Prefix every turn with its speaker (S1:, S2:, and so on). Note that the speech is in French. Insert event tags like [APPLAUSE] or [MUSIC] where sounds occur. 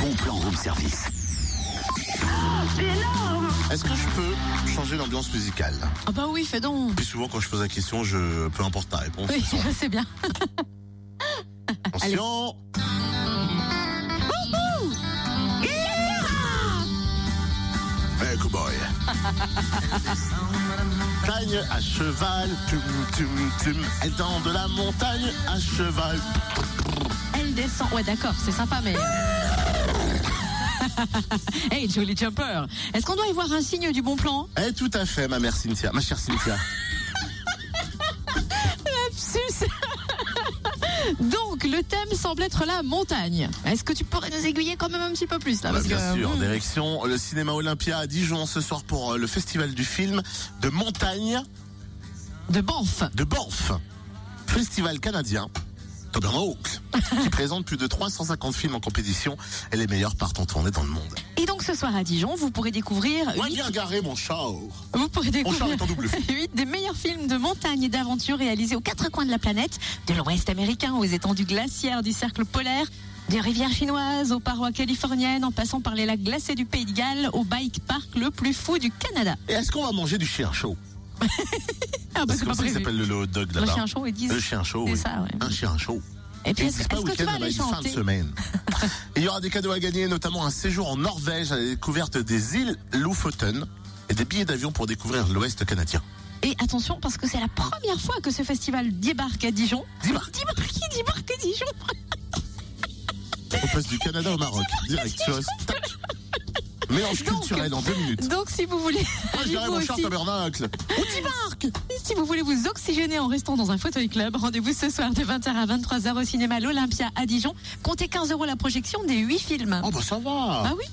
S1: bon plan room service.
S2: Ah, C'est énorme
S3: Est-ce que je peux changer l'ambiance musicale
S2: Ah bah oui, fais donc
S3: Plus souvent, quand je pose la question, je peu importe ta réponse.
S2: Oui, [LAUGHS] je sais bien.
S3: Attention Hey,
S2: [LAUGHS]
S3: cowboy Montagne à cheval, tum tum tum. Elle dans de la montagne à cheval.
S2: Elle descend. Ouais, d'accord, c'est sympa, mais. [LAUGHS] hey, Jolly Jumper, est-ce qu'on doit y voir un signe du bon plan
S3: Eh, tout à fait, ma mère Cynthia, ma chère Cynthia.
S2: Lapsus [LAUGHS] Donc, le thème semble être la montagne. Est-ce que tu pourrais nous aiguiller quand même un petit peu plus là
S3: Bah,
S2: parce
S3: bien
S2: que,
S3: sûr,
S2: hmm,
S3: direction le cinéma Olympia à Dijon ce soir pour euh, le festival du film de montagne
S2: De Banff.
S3: de Banff, festival canadien
S2: [LAUGHS]
S3: Tomahawk, qui présente plus de 350 films en compétition et les meilleurs partent en tournée dans le monde.
S2: Et donc, ce soir à Dijon, vous pourrez découvrir.
S3: Moi,
S2: huit-
S3: bien garé mon chat.
S2: Vous pourrez
S3: Mon chat
S2: découvrir.
S3: est en double.
S2: [LAUGHS] Huit des meilleurs films de montagne et d'aventure réalisés aux quatre coins de la planète, de l'ouest américain aux étendues glaciaires du cercle polaire, des rivières chinoises aux parois californiennes, en passant par les lacs glacés du Pays de Galles, au bike park le plus fou du Canada.
S3: Et est-ce qu'on va manger du chien chaud
S2: Ah, bah,
S3: C'est
S2: c'est
S3: comme
S2: pas
S3: ça qu'il
S2: prévu.
S3: s'appelle le hot dog
S2: Le
S3: là-bas.
S2: chien chaud, ils disent.
S3: Le chien chaud,
S2: C'est
S3: oui.
S2: ça, ouais.
S3: Un chien chaud.
S2: Et puis,
S3: Il
S2: est-ce
S3: n'existe pas
S2: est-ce que tu
S3: week-end,
S2: vas
S3: là-bas,
S2: aller
S3: il existe fin de
S2: chanter [LAUGHS]
S3: semaine. Et il y aura des cadeaux à gagner, notamment un séjour en Norvège à la découverte des îles Lofoten et des billets d'avion pour découvrir l'Ouest canadien.
S2: Et attention, parce que c'est la première fois que ce festival débarque à Dijon.
S3: Débarque.
S2: Débarque, débarque à Dijon
S3: On passe du Canada au
S2: [LAUGHS]
S3: Maroc, direct. Tu vois, tac. Mélange
S2: Donc,
S3: culturel en deux minutes.
S2: Donc, si vous voulez.
S3: Moi, je
S2: aller
S3: dirais
S2: vous
S3: mon cher
S2: aussi-
S3: tabernacle.
S2: Si vous voulez vous oxygéner en restant dans un fauteuil club, rendez-vous ce soir de 20h à 23h au cinéma L'Olympia à Dijon. Comptez 15 euros la projection des 8 films.
S3: Oh, bah ça va.
S2: Ah oui